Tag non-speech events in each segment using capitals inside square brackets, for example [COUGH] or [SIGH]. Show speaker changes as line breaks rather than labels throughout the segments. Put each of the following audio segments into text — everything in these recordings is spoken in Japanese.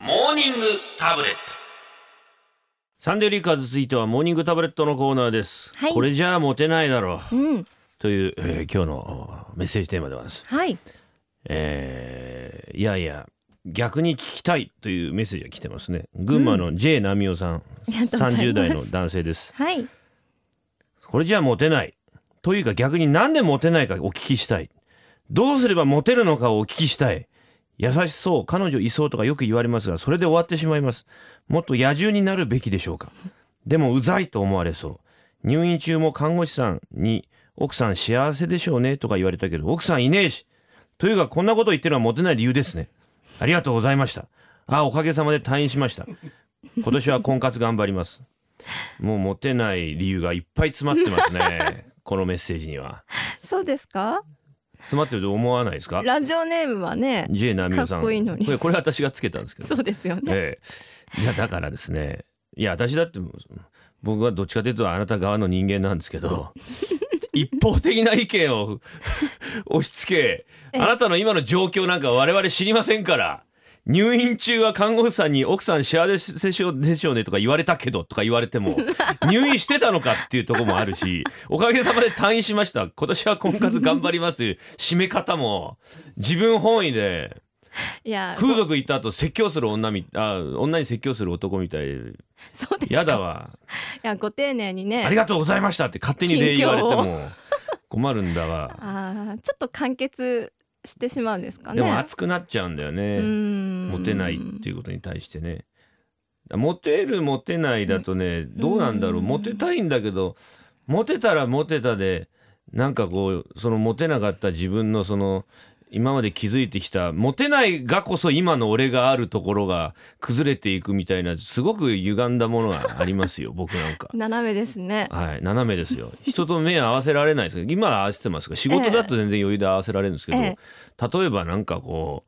ニングタブレット
サンデーリーカーズ続いてはモーニングタブレットのコーナーです、
はい
これじゃあモテないだろう
うん、
という、えー今日のメッセージテーマでございます
はい。
えーいやいや逆に聞きたいというメッセージが来てますね群馬の J 奈美おさん、
りがとうございます
30代の男性です
はい。
これじゃあモテないというか逆になんでモテないかお聞きしたいどうすればモテるのかをお聞きしたい優しそう彼女いそうとかよく言われますがそれで終わってしまいますもっと野獣になるべきでしょうかでもうざいと思われそう入院中も看護師さんに奥さん幸せでしょうねとか言われたけど奥さんいねえしというかこんなこと言ってるのはモテない理由ですねありがとうございましたあおかげさまで退院しました今年は婚活頑張りますもうモテない理由がいっぱい詰まってます
[LAUGHS]
ねこのメッセージには
そうですか。
詰まってると思わないですか
ラジオネームはね。
J ナミオさん
かっこいいのに
れこれ私がつけたんですけど
そうですよね。
ええ、いやだからですねいや私だって僕はどっちかというとあなた側の人間なんですけど一方的な意見を [LAUGHS] 押し付けあなたの今の状況なんか我々知りませんから入院中は看護師さんに奥さん幸せでしょうねとか言われたけどとか言われても入院してたのかっていうところもあるしおかげさまで退院しました今年は婚活頑張りますという締め方も自分本位で
いや、
風俗行った後説教する女みあ女に説教する男みたい
[LAUGHS] そうですか。
やだわ
いや、ご丁寧にね。
ありがとうございましたって勝手に礼言われて
近
も困るんだわ、
あーちょっと完結してしまうんですかね。
でも熱くなっちゃうんだよ
うー
ね
ん
モテないっていうことに対してねモテるモテないだとねどうなんだろう
うん
モテたいんだけどモテたらモテたでなんかこうそのモテなかった自分のその今まで気づいてきたモテないがこそ今の俺があるところが崩れていくみたいなすごく歪んだものがありますよ僕なんか。
斜めですね。
はい、斜めですよ人と目合わせられないですけど今 [LAUGHS] は合わせてますが仕事だと全然余裕で合わせられるんですけど、
え
例えばなんかこ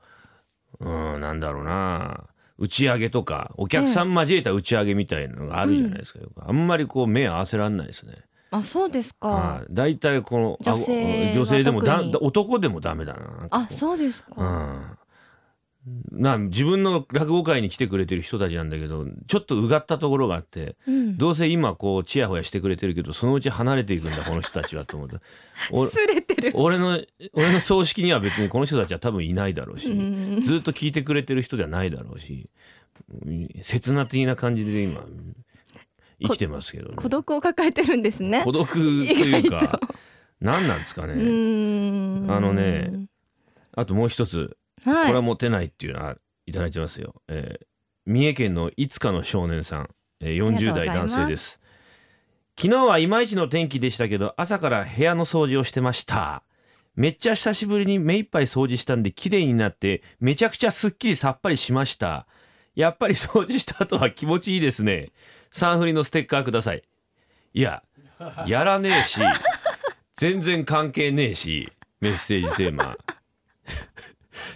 ううんなんだろうな打ち上げとかお客さん交えた打ち上げみたいなのがあるじゃないですか、よくあんまりこう目合わせられないですね。
あ、そうですか
は。い、だいたいこのあ
女性は
女性でもだ
特に
だ男でもダメだななんかこ
あ、そうです
う
か。
んな自分の落語会に来てくれてる人たちなんだけどちょっとうがったところがあって、
うん
どうせ今こうチヤホヤしてくれてるけどそのうち離れていくんだこの人たちはと思ってお
すれてる。
俺の俺の葬式には別にこの人たちは多分いないだろうし、
うん
ずっと聞いてくれてる人じゃないだろうしうん刹那的な感じで今生きてますけどね
孤独を抱えてるんですね
孤。独という
[LAUGHS] 意外
か何なんですか
う
ね
ーん。
あのね。あともう一つこ
は。
れはいモテないっていうのはいただいてますよ、えー三重県のいつかの少年さん、えー、
ありがと
40
うござ
代
い
男
ます
性です昨日はいまいちの天気でしたけど朝から部屋の掃除をしてましためっちゃ久しぶりに目いっぱい掃除したんで綺麗になってめちゃくちゃすっきりさっぱりしましたやっぱり掃除した後は気持ちいいですねサンフリのステッカーくださいいややらねえし全然関係ねえしメッセージテーマ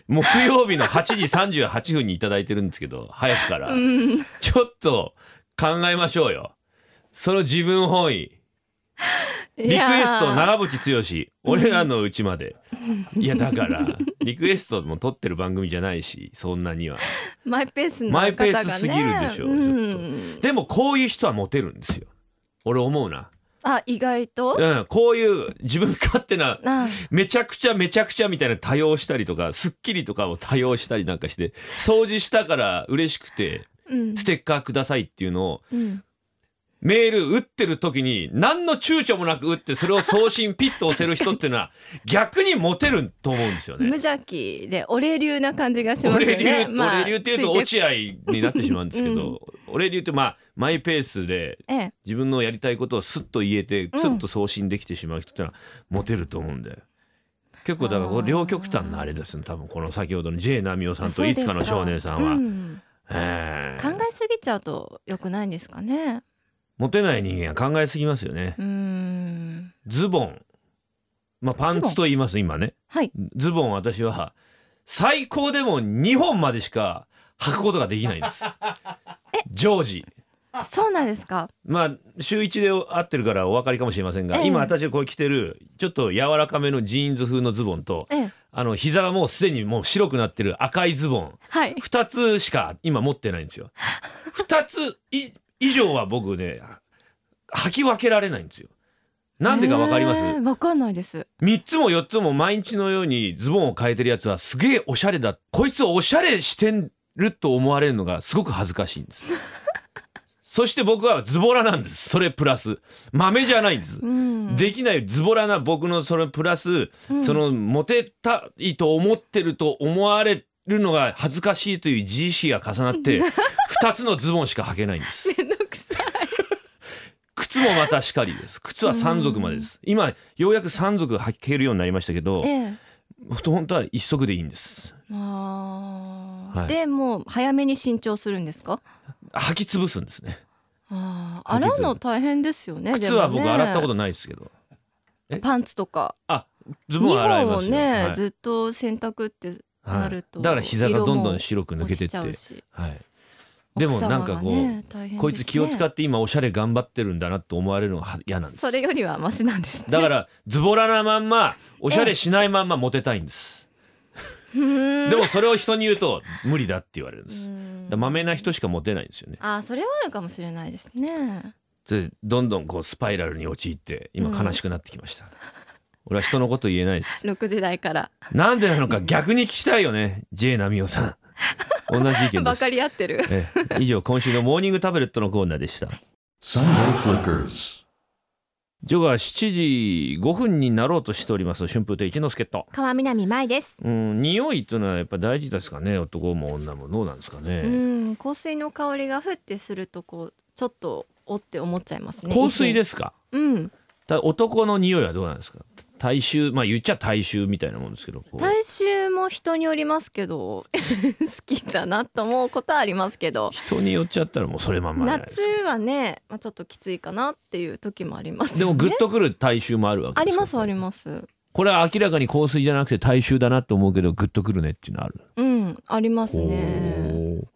木曜日の8時38分にいただいてるんですけど早くから
うん。
ちょっと考えましょうよその自分本位リ
リ
クエスト長渕剛俺らのうちまで、いやだからリクエストも取ってる番組じゃないしそんなには
マイペースの
マイ
方が
ペ
ね。
ースすぎるでしょ
うん
ちでもこういう人はモテるんですよ俺思うな、
あ、意外と。
うん、こういう自分勝手な
あ、
めちゃくちゃめちゃくちゃみたいな多用したりとかスッキリとかを多用したりなんかして掃除したから嬉しくて
うん
ス。テッカーくださいっていうのを
うん。
メール打ってる時に何の躊躇もなく打ってそれを送信ピッと押せる人っていう
[LAUGHS]
のは逆にモテると思うんですよ
無
ね。
邪気で、俺流な感じがしますよ
俺
ね。
流、
まあ
俺流っていうと
つて
落合になってしまうんですけど、俺流ってまあマイペースで
ええ、
自分のやりたいことをスッと言えて
うん
スッと送信できてしまう人ってのはモテると思うんで結構だからこ
あー
れ両極端なあれですね多分この先ほどの J ナミオさんと
そう
い
で
つ
す
かの少年さんは、
うん
え
考
ー
えすぎちゃうと良くないんですかね。
モテない人間は考えすぎますよね
うーん。
ズボンまあパンツと言います今ね
はい。
ズボン私は最高でも2本までしか履くことができないんです
[LAUGHS]
常時
そうなんですか。
まあ週一で会ってるからお分かりかもしれませんが、
ええ
今私がこれ着てるちょっと柔らかめのジーンズ風のズボンと
ええ。
あの膝がもうすでにもう白くなってる赤いズボン
はい。
2つしか今持ってないんです
[LAUGHS]
よ2つい以上は僕ね履き分けられないんですよなんでかわかります、
えーわかんないです。
3つも4つも毎日のようにズボンを変えてるやつはすげえおしゃれだこいつおしゃれしてると思われるのがすごく恥ずかしいんですそして僕はズボラなんですそれプラス豆じゃないんです、
うん。
できないズボラな僕のそれプラス
うん
そのモテたいと思ってると思われるのが恥ずかしいという自意識が重な
[LAUGHS]
って2つのズボンしか履けないんです
めんどくさい。
靴もまたしかりです靴は3足までです今ようやく3足履けるようになりましたけど
ええ。
ほんと本当は1足でいいんです
あ
は
あ。
い
でもう早めに新調するんですか。
履き潰すんですね
ああ。洗うの大変ですよね。。
靴は僕洗ったこととないですけど
パンツとか。
ズボン
二
は洗い
本
ま
を
すよ
ね、
はい
ずっと洗濯って
はい
なると
だから膝がどん
色
どん
も
白く抜
落
け
ち
てっ
ち
て
ゃうし。
はいでもなんかこう、
う
こいつ気を使
っ
って今おしゃれ頑張ってるんだなと思われるのが嫌なんです
それよりはマシなんです、ね。。
だから
[LAUGHS]
らズボラなまんまおしゃれしないまんまモテたいんです、
で
でもそれを人に言うと無理だって言われるんです、だか
も
らまめな。人しかモテないんですよね
あー、それはあるかもしれないですね。
でどんどんこうスパイラルに陥って今
うん
悲しくなってきました、俺は人のこと言えないです
六時代から。
なんでなのか逆に聞きたいよね J ナミオさん同じ意見で
[LAUGHS] ば [LAUGHS]
す
かり合ってる。
ええ以上今週のモーニングタブレットのコーナーでした
Sunday Flickers.
ジョが7時5分になろうとしております春風亭一之輔と
川南舞です。
うん匂いというのはやっぱ大事ですかね男も女もどうなんですかね、
うん、香水の香りがふってすると、こう、ちょっと。おって思っちゃいますね。
香水ですか
一瞬。うん。
た男の匂いはどうなんですか大衆まあ言っちゃ大衆みたいなもんですけどこう
体臭も人によりますけど [LAUGHS] 好きだなと思うことはありますけど
人によっちゃったらもうそれまんまじゃないです
夏はね、まあ、ちょっときついかなっていう時もありますよね
でもグッとくる大衆もあるわけ
あ
で
り
す
ますあり
す
ます
これは明らかに香水じゃなくて大衆だなと思うけどグッとくるねっていうのある
うんありますね
おー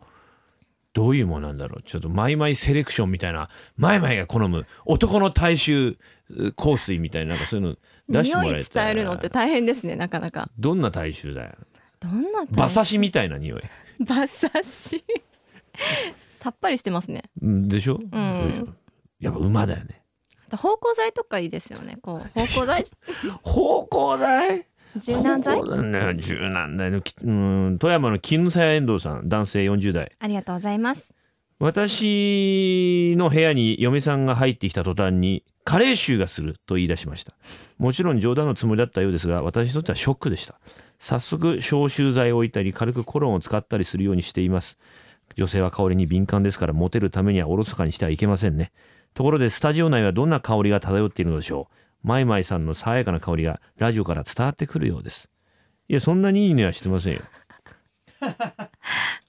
どういうものなんだろうちょっとマイマイセレクションみたいなマイマイが好む男の大衆う香水みたいななんかそういうの出して
匂
もらえたら
い伝えるのって大変ですねなかなか
どんな大衆だよ
どんな
馬刺
し
しみたいな匂い
馬刺し [LAUGHS] さっぱりしてますね
うんでしょ、
ん
でしょやっぱ馬だよね
あと芳香剤とかいいですよねこう芳
[LAUGHS]
香剤
方向剤
柔軟剤
方向ね柔軟剤のきうん富山の絹さや遠藤さん男性40代
ありがとうございます
私の部屋に嫁さんが入ってきた途端にカレー臭がすると言い出しましたもちろん冗談のつもりだったようですが私にとってはショックでした早速消臭剤を置いたり軽くコロンを使ったりするようにしています女性は香りに敏感ですからモテるためにはおろそかにしてはいけませんねところでスタジオ内はどんな香りが漂っているのでしょうマイマイさんの爽やかな香りがラジオから伝わってくるようですいやそんなにいいねはしてませんよ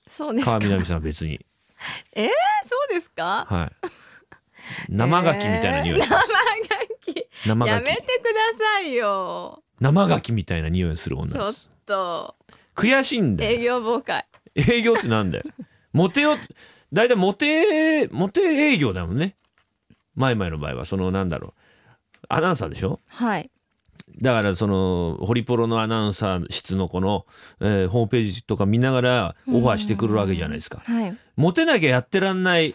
そうですか
川南さんは別に
そうですか
はい。生ガキみたいな匂いします。
生ガキ
生
や
ガ
め
キ
て。くださいよ
生ガキみたいな匂いをする
ちょ
女で
っ
す。
と
悔しいんだ
営
よ。
業妨害
営業ってなんだよ。モテよ。だいたいモテ、モテ営業だもんね。前々の場合は、そのなんだろう。アナウンサーでしょ
はい
だからそのホリプロのアナウンサー室のこの、えーホームページとか見ながらオファーしてくるわけじゃないですか。
はい
モテなきゃやってらんない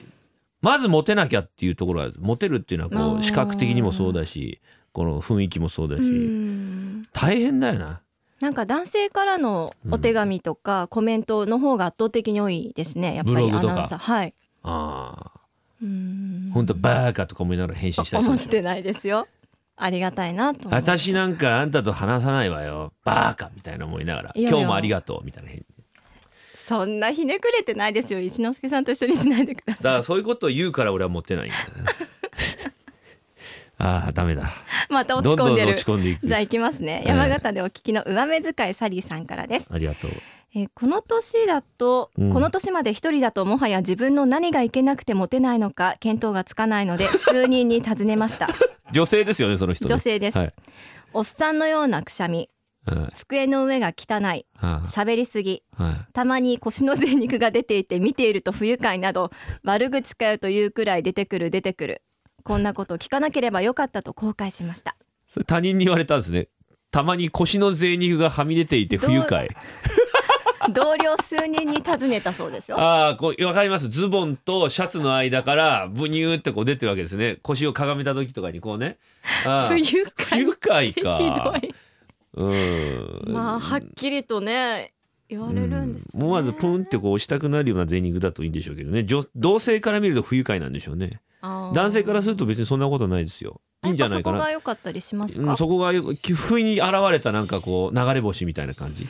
まずモテなきゃっていうところはモテるっていうのはこ
あー
う視覚的にもそうだしこの雰囲気もそうだ
う
し
ん
大変だよな
なんか男性からのお手紙とかコメントの方が圧倒的に多いですね。やっぱ
ブロ
り
グ
ア
とか
ナウンサーはい。
あー
うん
本当バーカとか思いながら返信したりす
思
る
っ
でしょ
てないですよ。ありがたいなと思って。
私なんかあんたと話さないわよバーカみたいな思いながら
いやいや
今日もありがとうみたいな返
そんなひねくれてないですよ。一之輔さんと一緒にしないでください。
だからそういうことを言うから俺はモテないんだよ
[LAUGHS]
ねああダメだ
[LAUGHS] また落
ど
ち
んど
込ん
ん
でる。
落ち込んでいく
じゃあ行きますね。
ええ
山形でお聞きの上目遣いサリーさんからです。
ありがとう
えーこの年だと、
うん
この年まで一人だともはや自分の何がいけなくてモテないのか見当がつかないので数人に尋ね
[LAUGHS]
ました。
女性ですよねその人ね
女性です。
はい
おっさんのようなくしゃみ、
うん
机の上が汚い
あ
喋りすぎ
ーはい
たまに腰の贅肉が出ていて見ていると不愉快など悪口かよというくらい出てくる出てくるこんなことを聞かなければよかったと後悔しました
それ他人に言われたんですねたまに腰の贅肉がはみ出ていて不愉快
同僚数人に尋ねたそうですよ
ああこうわかりますズボンとシャツの間からブニューってこう出てるわけですね腰をかがめた時とかにこうねああ
不愉
不
快
愉快
ひ
か
どい
うん
まあはっきりとね言われるんです、ね
思わずプンってこう押したくなるような贅肉だといいんでしょうけどね女同性から見ると不愉快なんでしょうね
あー
男性からすると別にそんなことないですよいいんじゃないか
やっぱそこ
な
が良かったりします
う
か
ん、そこがよく不意に現れたなんかこう流れ星みたいな感
[LAUGHS]
じ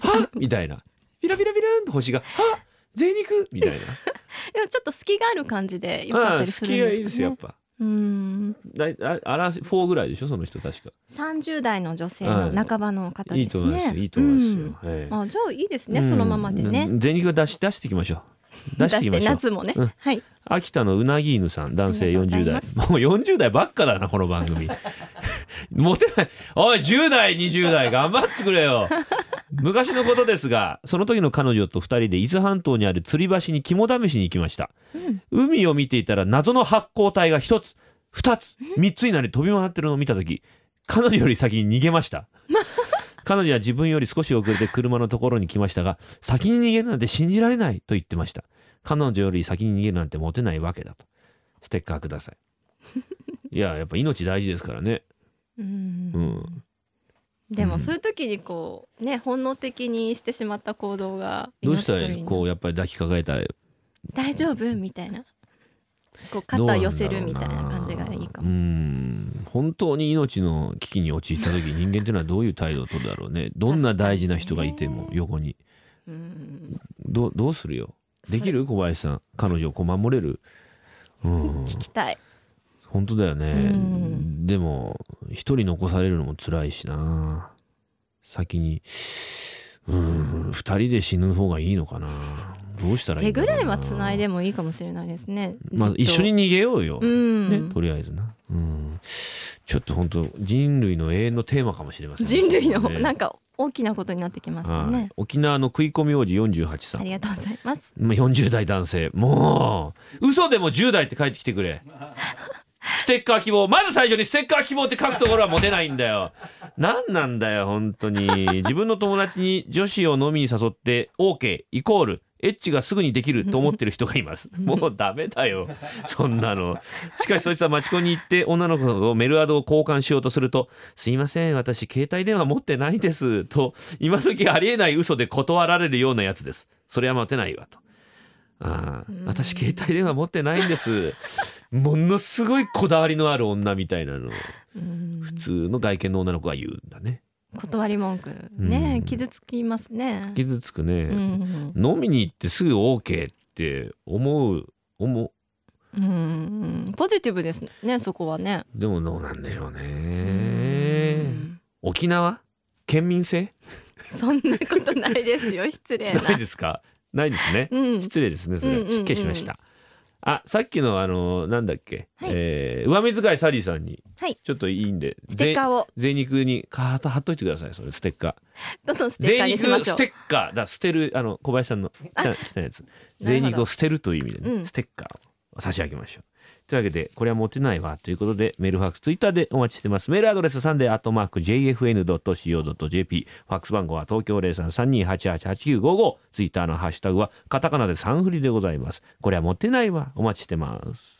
はみたいなピラピラピラーンと星がは贅肉みたいな
でもちょっと隙がある感じで良かったりする
うん
ん
好きはいい
で
ですす
か
よや
ね
っぱ
うん
だいああら4ぐらいでしょその人確か
30代の女性の半ばの方
いい
です
と思い
ね
ますよいいと思いますよ、
うん
はい
あじゃあいいですねそのままでね
うん、贅肉を出し出していきましょう出
出
していきま
して
しょう
夏もね
うん
はい
秋田のうなぎ犬さん男性
ありがとうござい
40代
ます
もう40代ばっかだなこの番組 [LAUGHS] モテないおい10代20代頑張ってくれよ [LAUGHS] 昔のことですがその時の彼女と2人で伊豆半島にある吊り橋に肝試しに行きました、
うん
海を見ていたら謎の発光体が1つ2つ3つになり飛び回ってるのを見た時彼女より先に逃げました
[LAUGHS]
彼女は自分より少し遅れて車のところに来ましたが先に逃げるなんて信じられないと言ってました彼女より先に逃げるなんてモテないわけだとステッカーくださ
[LAUGHS]
いいややっぱ命大事ですからねう
う
んん
でもそういう時にこうね本能的にしてしまった行動が
どうした
命取
ら
りに
こうやっぱり抱きかかえたら
大丈夫みたいなこう
どうなん
肩
だろう
寄せるみたいな感じがいいか
う
も
ん本当に命の危機に陥った時人間というのはどういう態度を取るだろう
[LAUGHS]
ねどんな大事な人がいても横に
うん
どうどうするよできる小林さん彼女をこう守れるうん
聞きたい
本当だよね、
うん
でも一人残されるのも辛いしな先にうん二人で死ぬ方がいいのかなどうしたらいい
手
んだ
ぐ
ろう
らいは繋いでもいいかもしれないですね
まあ
ずっと
一緒に逃げようよ、
うん
ね、とりあえずな、うん、ちょっと本当人類の永遠のテーマかもしれませんね、
人類の
ね
なんか大きなことになってきました
はい
ね。
沖縄の食い込み王子48さ
あ
ん
りがとうございます。
まあ40代男性もう嘘でも10代って書いてきてくれステッカー希望まず最初にステッカー希望って書くところはモテないんだよ何なんだよ本当に [LAUGHS] 自分の友達に女子を飲みに誘って OK イコールエッチがすぐにできると思ってる人がい
[LAUGHS]
ますもうダメだよそんなのしかしそいつは町コンに行って女の子とメルアドを交換しようとすると「すいません私携帯電話持ってないです」と今時ありえない嘘で断られるようなやつですそれはモテないわとああ、
うん
私携帯電話持ってないんです
[LAUGHS]
ものすごいこだわりのある女みたいなのを
うん
普通の外見の女の子が言うんだね
断り文句ね、
うん
傷つきますね。
傷つくね、
うん
飲みに行ってすぐ OK って思う思う
うんポジティブですねそこはね。
でもどうなんでしょう
う
ね
ん
沖縄県民性
そんなことないですよ失礼な。
ないですかないですね
うん
失礼ですねそれ
うんうんうん
失敬しましたあさっきのあのなんだっけ、
はい
えー上目遣いサリーさんに
はい
ちょっといいんで、
ステッカーを
贅肉にかはた貼っといてくださいそれステッカ
どのス
ー
テッ
贅
カーにしま
肉
しょ
ス
う。
テッカーだ捨てるあの小林さんの汚い汚いやつ
なる
贅
ほど
肉を捨てるという意味でね、
うん
ステッカーを差し上げましょうというわけでこれはモテないわということでメールファックスツイッターでお待ちしてますメールアドレスサンデーアットマーク JFN.CO.JP ファックス番号は東京0332888955ツイッターのハッシュタグはカタカナでサンフリでございますこれはモテないわお待ちしてます